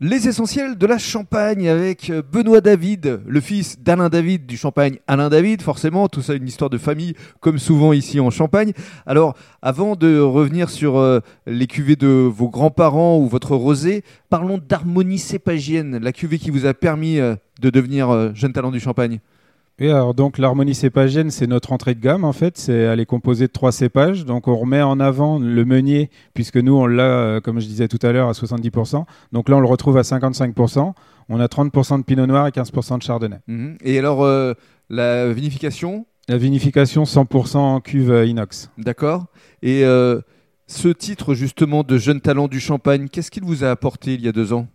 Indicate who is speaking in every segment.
Speaker 1: Les essentiels de la Champagne avec euh, Benoît David, le fils d'Alain David du Champagne. Alain David, forcément, tout ça une histoire de famille, comme souvent ici en Champagne. Alors, avant de revenir sur euh, les cuvées de vos grands-parents ou votre rosé, parlons d'harmonie cépagienne, la cuvée qui vous a permis euh, de devenir euh, jeune talent du Champagne.
Speaker 2: Et alors donc l'harmonie cépagène, c'est notre entrée de gamme en fait. C'est elle est composée de trois cépages. Donc on remet en avant le meunier puisque nous on l'a, euh, comme je disais tout à l'heure, à 70%. Donc là on le retrouve à 55%. On a 30% de pinot noir et 15% de chardonnay.
Speaker 1: Mhm. Et alors, euh, la vinification,
Speaker 2: La vinification 100% en cuve euh, inox.
Speaker 1: d'accord Et euh, ce titre, justement, de jeune talent du Champagne, qu'est-ce qu'il vous a apporté il y a deux ans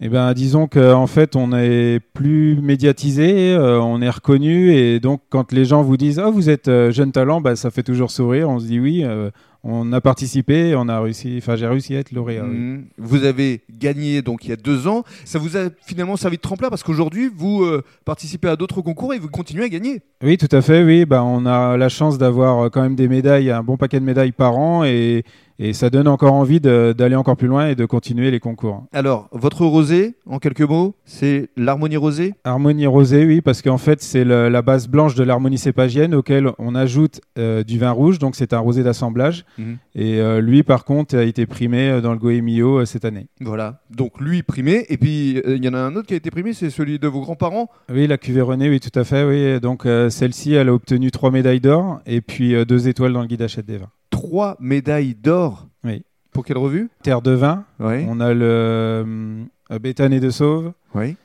Speaker 2: Eh ben, disons qu'en fait, on est plus médiatisé, euh, on est reconnu, et donc quand les gens vous disent Ah, vous êtes euh, jeune talent, bah, ça fait toujours sourire. On se dit oui, euh, on a participé, on a réussi. Enfin, j'ai réussi à être lauréat. oui.
Speaker 1: Mhm. Vous avez gagné donc il y a deux ans. Ça vous a finalement servi de tremplin parce qu'aujourd'hui vous euh, participez à d'autres concours et vous continuez à gagner.
Speaker 2: Oui, tout à fait. Oui, bah, on a la chance d'avoir euh, quand même des médailles, un bon paquet de médailles par an, et, et ça donne encore envie de- d'aller encore plus loin et de continuer les concours.
Speaker 1: Alors votre rosé, en quelques mots, c'est l'harmonie rosée.
Speaker 2: Harmonie rosée, oui, parce qu'en fait, c'est le- la base blanche de l'harmonie cépagienne auquel on ajoute euh, du vin rouge, donc c'est un rosé d'assemblage.
Speaker 1: Mhm.
Speaker 2: Et euh, lui, par contre, a été primé euh, dans le Goemio euh, cette année.
Speaker 1: Voilà. Donc lui primé et puis euh, il y en a un autre qui a été primé, c'est celui de vos grands-parents.
Speaker 2: Oui, la cuvée René, oui, tout à fait, oui. Donc euh, celle-ci, elle a obtenu trois médailles d'or et puis euh, deux étoiles dans le guide Hachette des vins.
Speaker 1: Trois médailles d'or.
Speaker 2: Oui.
Speaker 1: Pour quelle revue
Speaker 2: Terre de vin,
Speaker 1: Oui.
Speaker 2: on a le hum, euh, Bétané de Sauve
Speaker 1: Oui.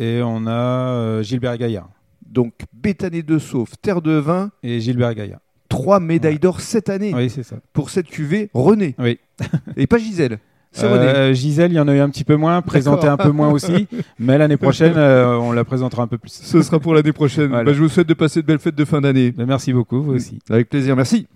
Speaker 2: et on a euh, Gilbert Gaillard.
Speaker 1: Donc Bétané de Sauve, Terre de Vin,
Speaker 2: Et Gilbert Gaillard.
Speaker 1: trois médailles d'or cette année
Speaker 2: Oui, c'est ça.
Speaker 1: pour cette cuvée René.
Speaker 2: Oui.
Speaker 1: et pas Gisèle. C'est René.
Speaker 2: Euh, Gisèle, il y en a eu un petit peu moins, présenté un peu moins aussi, mais l'année prochaine, euh, on la présentera un peu plus.
Speaker 1: Ce sera pour l'année prochaine.
Speaker 2: Voilà.
Speaker 1: Bah, je vous souhaite de passer de belles fêtes de fin d'année.
Speaker 2: Ben, Merci beaucoup, vous aussi.
Speaker 1: Avec plaisir, merci.